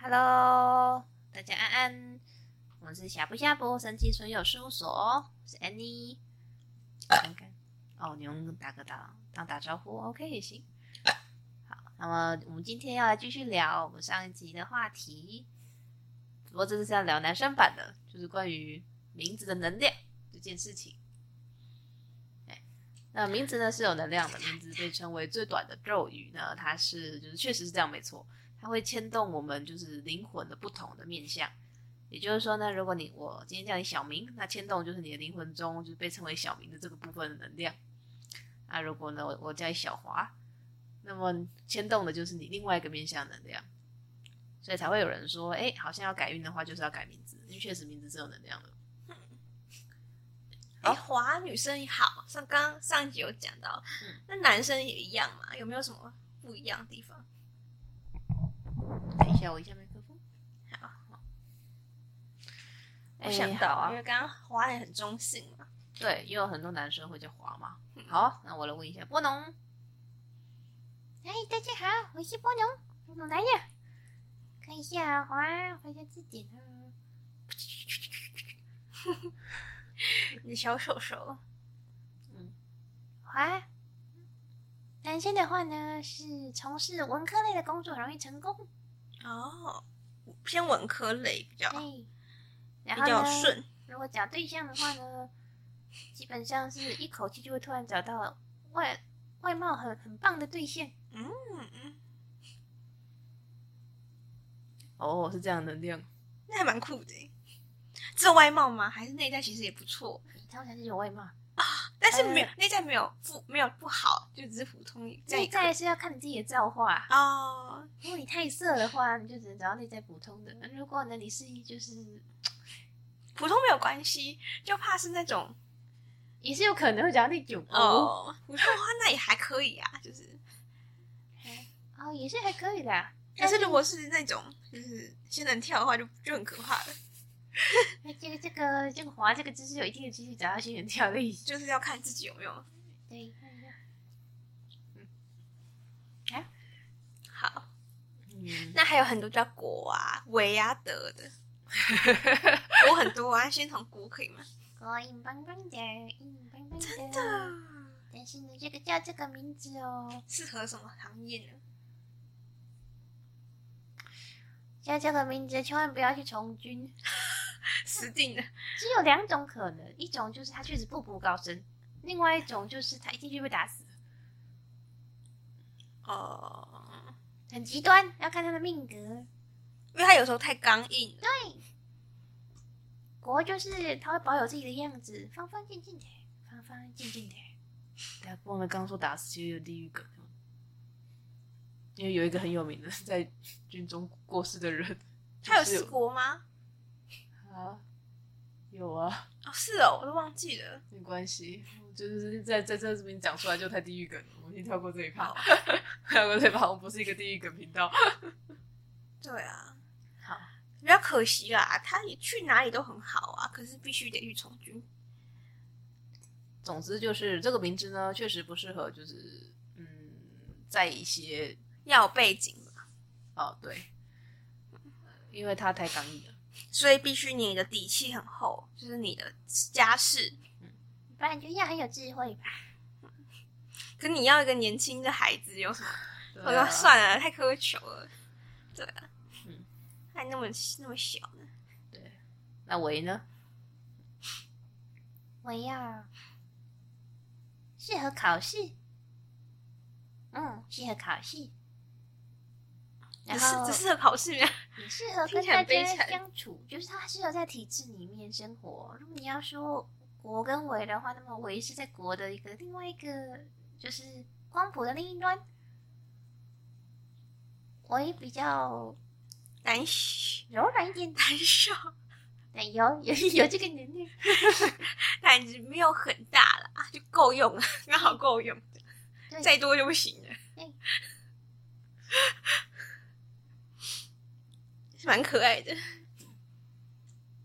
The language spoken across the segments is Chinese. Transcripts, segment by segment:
Hello，大家安安，我们是呷不呷不神奇存有事务所，我是 Annie。看看，哦，你用打个打当打招呼，OK 也行。好，那么我们今天要来继续聊我们上一集的话题，不过这次是要聊男生版的，就是关于名字的能量这件事情。哎那名字呢是有能量的，名字被称为最短的咒语呢，它是就是确实是这样没错，它会牵动我们就是灵魂的不同的面向。也就是说呢，如果你我今天叫你小明，那牵动就是你的灵魂中就是被称为小明的这个部分的能量。那如果呢我我叫你小华，那么牵动的就是你另外一个面向的能量。所以才会有人说，哎、好像要改运的话，就是要改名字，因为确实名字是有能量的。哎、哦好华女生好，上刚上一集有讲到，嗯那男生也一样嘛？有没有什么不一样的地方？等一下，我一下麦克风。好，哎我想好到啊因为刚刚华也很中性嘛，对，也有很多男生会叫华嘛。好，那我来问一下波农。哎，大家好，我是波农，波农来了。看一下华华夏字典啊， 你的小手手嗯华。男生的话呢，是从事文科类的工作容易成功，哦，偏文科类比较对。哎然比后较呢，顺，如果找对象的话呢，基本上是一口气就会突然找到外外貌很很棒的对象。嗯嗯，哦，是这样的能量。那还蛮酷的耶。只有外貌吗？还是内在其实也不错？通常是有外貌，但是没有内在没有不没有不好，就只是普通这样呃内也可以在是要看你自己的造化。哦，如果你太色的话，你就只能找到内在普通的；如果呢，你是就是普通没有关系，就怕是那种也是有可能会找到第九宫哦，普通的话那也还可以啊，就是哦，也是还可以啦。但是如果是那种就是仙人跳的话就，就很可怕了，那这个这个这个滑这个姿势有一定的几率找到仙人跳的意思。就是要看自己有没有对，看一下好。嗯，那还有很多叫国啊、维啊、德的，国很多啊，先从国可以 吗？果硬邦邦的，硬邦邦的。真的。啊但是呢，这个叫这个名字哦， 适合什么行业呢？叫这个名字千万不要去从军。死定了！ 只有两种可能，一种就是他确实步步高升，另外一种就是他一定就被打死，哦，很极端，要看他的命格。因为他有时候太刚硬了。国就是他会保有自己的样子，方方正正的，方方正正的。大家忘了刚刚说打死其实有地狱梗，因为有一个很有名的在军中过世的人，他有就是四国吗？啊，有啊，哦，是哦，我都忘记了。没关系，我就是在在这边讲出来就太地狱梗了，我们先跳过这一趴好， 跳过这一趴，我们不是一个地狱梗频道。对啊，好，比较可惜啦。他也去哪里都很好啊，可是必须得去从军。总之就是这个名字呢，确实不适合，就是嗯，在一些要有背景嘛，哦对，因为他太刚毅了。所以必须你的底气很厚，就是你的家世不然就要很有智慧吧。可你要一个年轻的孩子有什么？我对啊说 算了，太苛求了。对啊，嗯还那么那么小呢。对，那维呢？我要适合考试，嗯，适合考试，然只是后只适合考试吗，也适合听跟起来大悲家惨相处，就是他适合在体制里面生活。如果你要说国跟维的话，那么维是在国的一个另外一个，就是光谱的另一端。维比较胆小柔软一点，胆小，但有 有有这个能力。胆子没有很大啦，就够用了，刚好够用，对，再多就不行了对。 是蛮可爱的，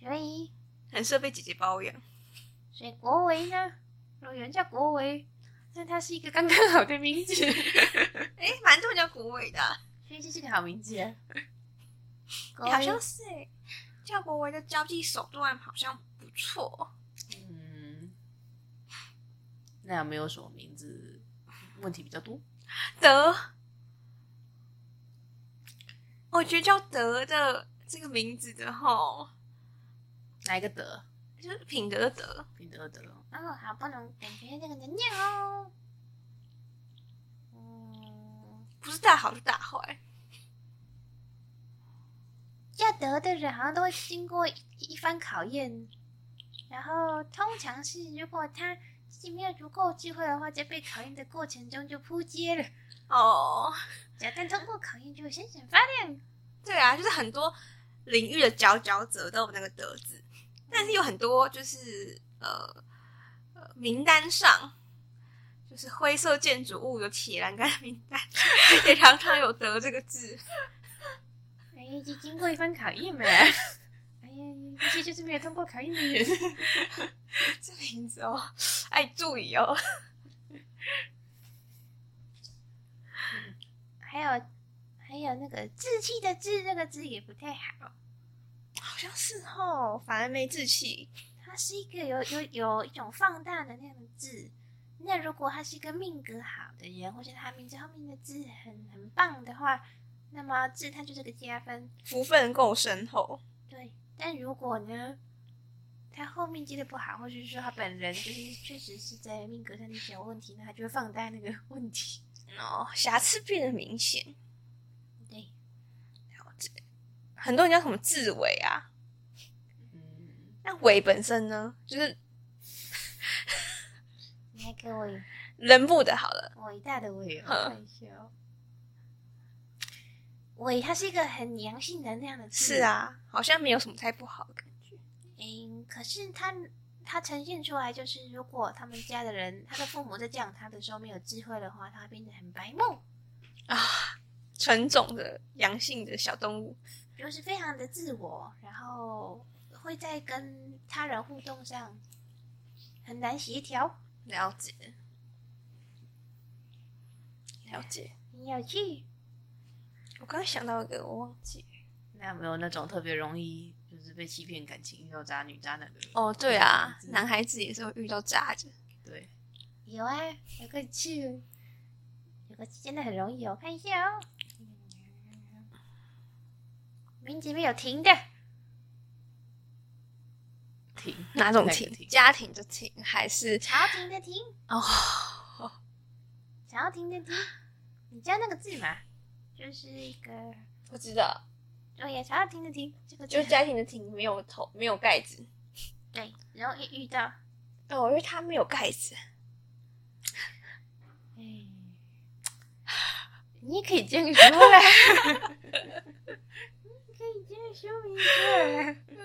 所以很适合被姐姐包养。所以国维呢，如果有人叫国维，那它是一个刚刚好 的名字，哎、蛮多人叫国伟的啊、所以这是个好名字啊。国好像是欸教国维的交际手段好像不错。嗯，那有没有什么名字问题比较多？德，我哦觉得叫德的这个名字的吼，哪一个德？就是品德的德，彼得德哦。哦，好，不能感觉这个能量哦。嗯，不是大好就大坏。要得的人好像都会经过一一番考验，然后通常是如果他自己没有足够智慧的话，在被考验的过程中就扑街了。哦，只要他通过考验，就会闪闪发亮。对啊，就是很多领域的佼佼者都有那个德字，但是有很多就是呃呃名单上，就是灰色建筑物有铁栏杆的名单， 也常常有德这个字。哎，就经过一番考验嘛。哎呀，这些就是没有通过考验的人。 这名字哦，哎，注意哦。还有还有那个志气的志这个字也不太好，好像是哦，反而没志气。它是一个有有有一种放大能量的字。那如果他是一个命格好的人，或者他名字后面的字很很棒的话，那么字它就是个加分。福分够深厚，对，但如果呢，他后面接的不好，或者是说他本人就是确实是在命格上有小问题，那他就会放大那个问题。哦，瑕疵变得明显。对，很多人叫什么字尾啊，嗯，那尾本身呢，就是你还给我一人部的好了，伟大的伟，我呵看一下哦。伟，它是一个很阳性能量的字。是，啊，好像没有什么太不好的感觉。嗯，可是它它呈现出来就是，如果他们家的人，他的父母在教养他的时候没有智慧的话，他会变得很白目，纯种的阳性的小动物，就是非常的自我，然后会在跟他人互动上很难协调。了解，了解。很有趣，我刚刚想到一个，我忘记。那有没有那种特别容易就是被欺骗感情遇到渣女渣男的？哦，对啊，嗯男孩子也是会遇到渣子。对，有啊，有个字，有个字真的很容易哦，我看一下哦。嗯名字没有停的。停哪种哪个庭？庭家庭的庭还是朝廷的廷，哦？朝廷的廷，你知道那个字吗？就是一个，哦我知道，对呀，朝廷的廷这个字就，家庭的庭没有头，没有盖子。对，容易遇到，哦，因为它没有盖子。哎，你也可以这样说啦，你可以这样说没错。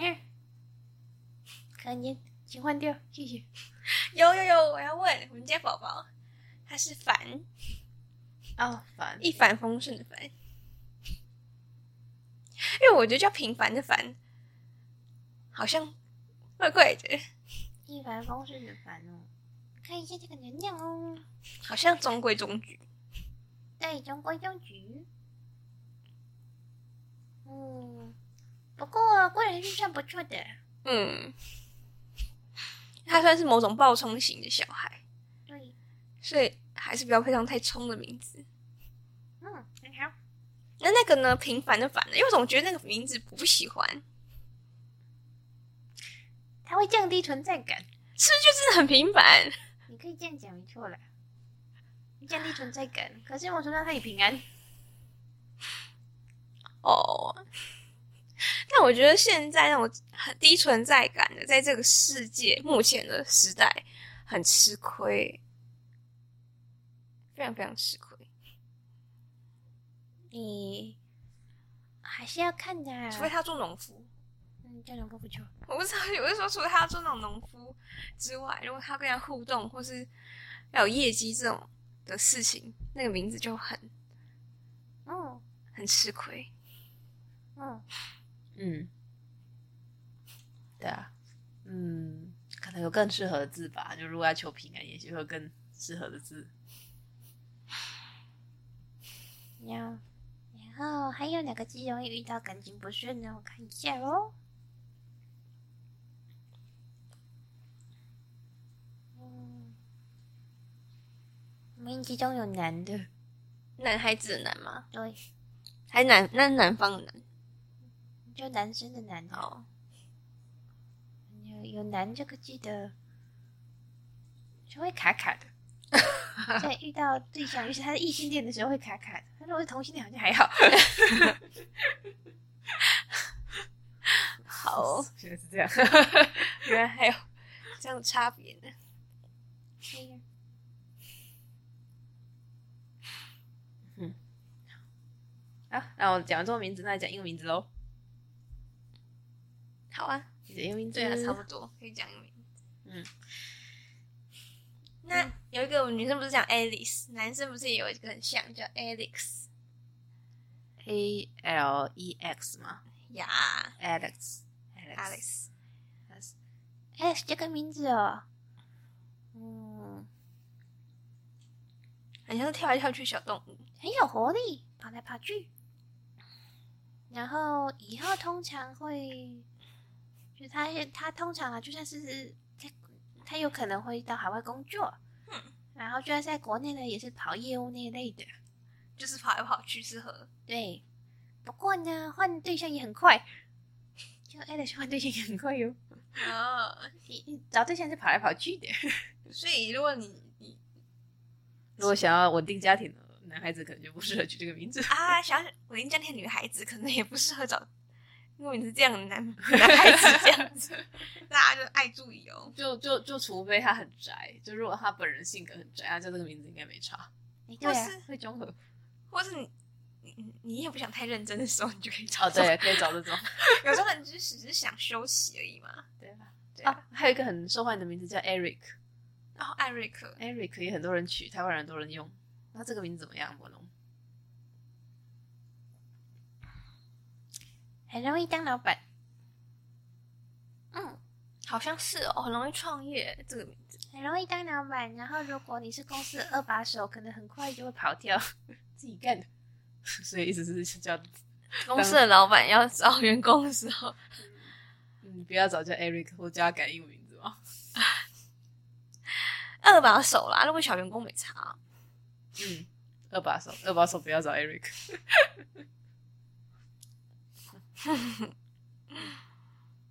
嗯， 可你请换掉，谢谢。 有有有，我要问我们家宝宝，他是凡啊，烦。一帆风顺的帆，因为我觉得叫平凡的凡，好像怪怪的，一帆风顺的帆哦，看一下这个能量哦。好像中规中矩。对中规中矩。嗯，不过贵人运算不错的，嗯，他算是某种暴冲型的小孩，对，所以还是不要配上太冲的名字。嗯，很好。那那个呢？平凡的凡呢？因为我总觉得那个名字不喜欢，是不它会降低存在感，是就是很平凡？你可以这样讲，没错啦。降低存在感，可是我说到他也平安，哦，但我觉得现在那种很低存在感的，在这个世界目前的时代很吃亏，非常非常吃亏。你还是要看的、啊。除非他做农夫，嗯，这两个不错。我不知道，我是说，除非他做那种农夫之外，如果他跟人家互动或是要有业绩这种的事情，那个名字就很嗯很吃亏。嗯，嗯，对啊，嗯，可能有更适合的字吧。就如果要求平安，也许会有更适合的字。然后，然后还有哪个字容易遇到感情不顺呢？我看一下哦。嗯，我们其中有男的，男孩子的男吗？对，还是南那是南方的南就男生的男的，哦，有有男这个字的，就会卡卡的。 在遇到对象，尤其他是异性恋的时候会卡卡的，他如果是同性恋好像还好。好 哦，原来是这样。原来还有这样的差别呢。好，那我讲完中文名字，那来讲英文名字喽。好啊，你的英文名字对啊，差不多可以讲英文。嗯，那有一个我们女生不是讲 Alice，男生不是也有一个很像叫 Alex A L E X 嘛呀，Alex Alex ，Alex， 哎，这个名字哦，嗯，很像是跳来跳去小动物。很有活力，跑来跑去。然后以后通常会，就他他通常啊，就算是他他有可能会到海外工作，然后就算是在国内呢，也是跑业务那一类的。就是跑来跑去是和对，不过呢，换对象也很快，就 Alex 换对象也很快哟。哦啊，找对象是跑来跑去的。所以如果你你如果想要稳定家庭的男孩子，可能就不适合取这个名字。啊，想想我跟家庭女孩子可能也不适合找，因为你是这样的男 男孩子这样子，大家就爱注意哦。就就就，除非他很宅，就如果他本人性格很宅，他叫这个名字应该没差，哎对或啊，是会中和。或是你你你也不想太认真的时候，你就可 以找哦，对，可以找这种。有时候人只是只是想休息而已嘛。对吧？对啊，啊，还有一个很受欢迎的名字叫 Eric，Eric 然后哦艾瑞克，也很多人取，台湾人很多人用。那这个名字怎么样，博龙？很容易当老板。嗯，好像是哦，很容易创业这个名字。很容易当老板，然后如果你是公司的二把手，可能很快就会跑掉。自己干的， 所以意思是叫公司的老板要找员工的时候，嗯，不要找叫 Eric 或叫他改英文名字嘛。二把手啦。如果小员工没差，嗯， 二把手，二把手不要找 Eric。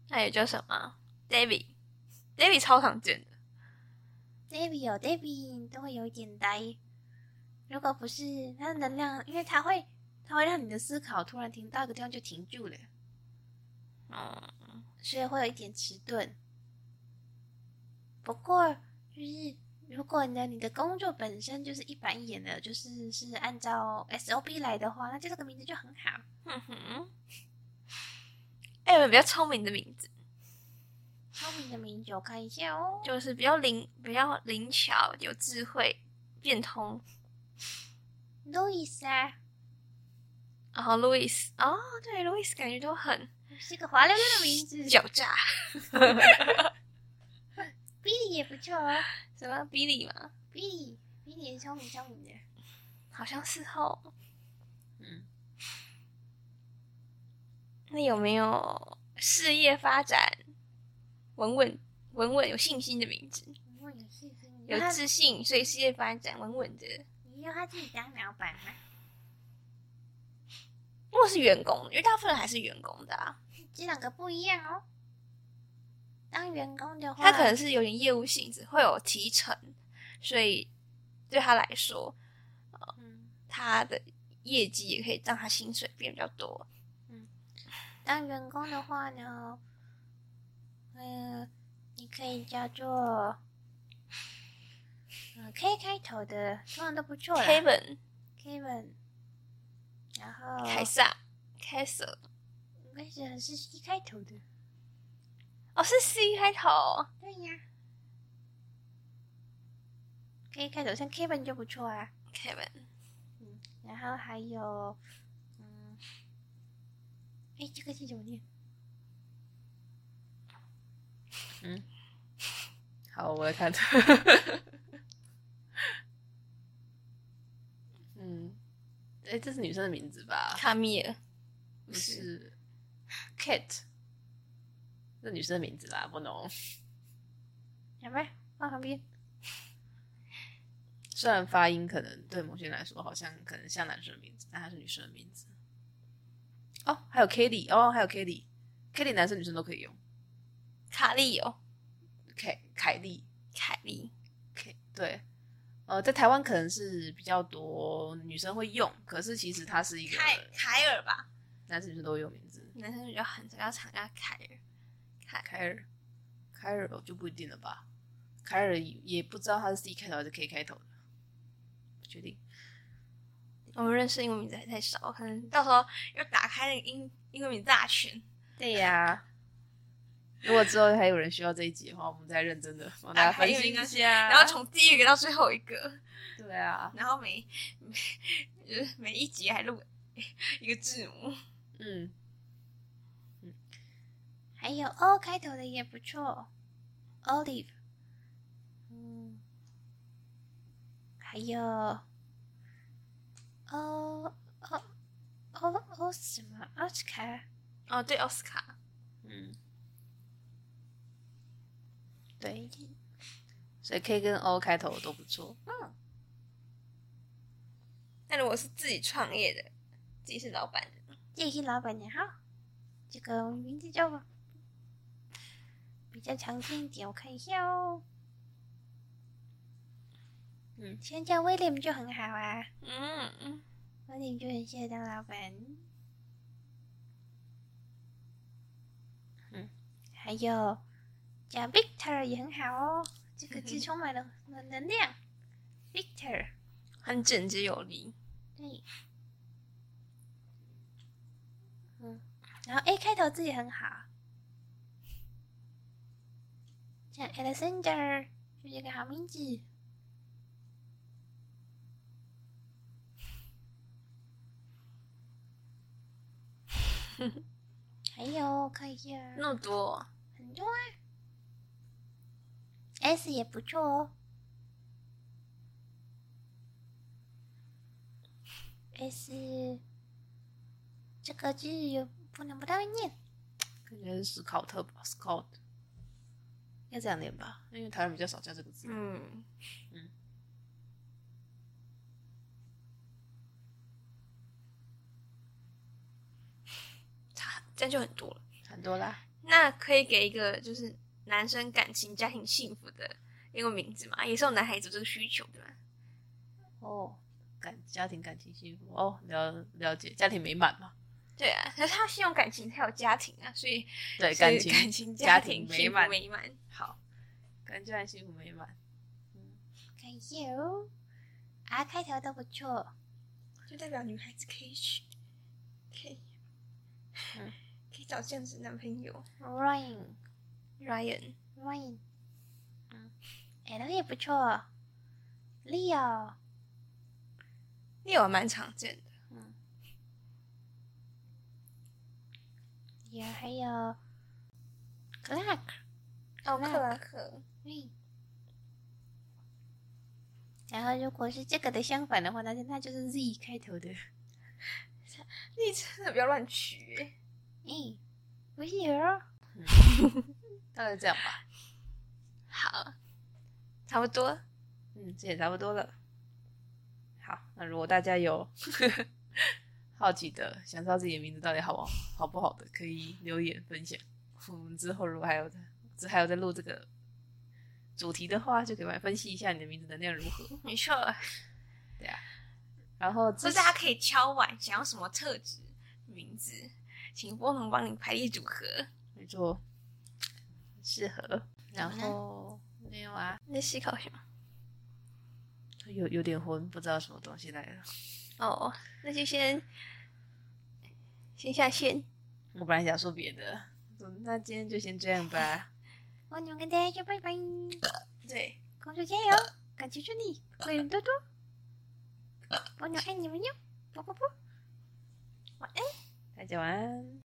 那也叫什么 David，David 超常见的。 David 哦，David 都会有一点呆。如果不是他的能量，因为他会，他会让你的思考突然停到一个地方就停住了，嗯。所以会有一点迟钝。不过就是如果呢，你的工作本身就是一板一眼的，就是是按照 SOP 来的话，那就这个名字就很好。嗯哼，哎、有没有比较聪明的名字，聪明的名字我看一下哦，就是比较灵、比较灵巧、有智慧、变通。路易莎然后 Louis，哦，对，Louis 感觉都很是个滑溜溜的名字，狡诈， b i 也不错哦。什么 Billy 嘛，比比你也聪明聪明的，好像是哦。嗯，那有没有事业发展稳稳、稳稳有信心的名字？如有信心，你有要他自信，所以事业发展稳稳的。你要他自己当老板吗？如果是员工，因为大部分人还是员工的啊，这两个不一样哦。当员工的话，他可能是有点业务性质，会有提成，所以对他来说，嗯，他的业绩也可以让他薪水变比较多。当员工的话呢，呃，你可以叫做。嗯，K 开头的通常都不错啦 Kevin、 Kevin，然后凯撒、凯瑟，应该是很是一开头的，哦，是 C 开头，对呀，K 开头像 Kevin 就不错啊。 Kevin 嗯，然后还有，嗯，哎，这个字怎么念？好，我来看。 嗯，哎，这是女生的名字吧？卡米尔不是 Kate，这女生的名字啦，不能。小妹放旁边。虽然发音可能对某些人来说好像可能像男生的名字，但它是女生的名字。哦，还有 Kitty，哦，还有 Kitty，Kitty 男生女生都可以用。卡利哦，凯凯莉凯利， ，K 对，呃，在台湾可能是比较多女生会用，可是其实它是一个凯凯尔吧，男生女生都会用名字。男生比较很少要常叫凯尔，凯凯尔，凯尔哦就不一定了吧？凯尔也不知道他是 C 开头还是 K 开头的，不确定。我们认识英文名字还太少，可能到时候要打开那个英英文名字大全，对呀、如果之后还有人需要这一集的话，我们再认真的帮啊大家分析一下。然后从第一个到最后一个，对啊，然后每每就是每一集还录一个字母，嗯，还有 O 开头的也不错，Olive，嗯，还有 O O O O 什么奥斯卡？哦，对，奥斯卡，嗯，对，所以 K 跟 O 开头都不错。那如果是自己创业的，自己是老板的，这是老板娘好，这个名字叫比较常见一点，我看一下哦。嗯，先叫威廉就很好啊，嗯嗯，威廉就很适合当老板。嗯，还有叫 Victor 也很好哦，这个字嗯哼充满了能能量。Victor，很简洁有力，对，嗯，然后 A 开头字也很好，像 Alexander 就是一个好名字。还有可以呀，那么多，很多啊，S 也不错哦。S 这个字有不能不太会念，感觉是史考特吧，Scott，应该这样念吧，因为台湾比较少叫这个字。嗯嗯差这样就很多了。很多啦，那可以给一个就是男生感情、家庭幸福的英文名字嘛？也是有男孩子这个需求的嘛？哦，感家庭感情幸福哦，了了解，家庭美满嘛，对啊，可是他先有感情才有家庭啊，所以对，所以感情感情、家庭庭美幸福满，美满。好，感情幸福美满。可以哦。R 开头都不错，就代表女孩子可以娶，可以，嗯可以找这样子的男朋友。 Ryan Ryan， Ryan，嗯，L 也不错，Leo，也有蛮常见的。嗯，也还有 Clark，哦，克克拉克，对。然后，如果是这个的相反的话，那就那就是 Z 开头的。你真的不要乱取欸。哎，不是哦，大概这样吧，好，差不多。嗯，这也差不多了。好，那如果大家有 好奇的，想知道自己的名字到底好不好好不好的，可以留言分享。我们之后如果还有之还有在录这个主题的话，就给我们来分析一下你的名字能量如何。 没错，对啊，然后或之者大家可以敲碗，想要什么特质名字，请波农帮你排列组合。没错，适合。然后没有啊，你在思考什么？有有点昏，不知道什么东西来了。哦，那就先先下线。我本来想说别的，嗯那今天就先这样吧。我们跟大家说拜拜，对，工作加油，感情顺利，贵人多多，我们爱你们哟，啵啵啵。大家晚安。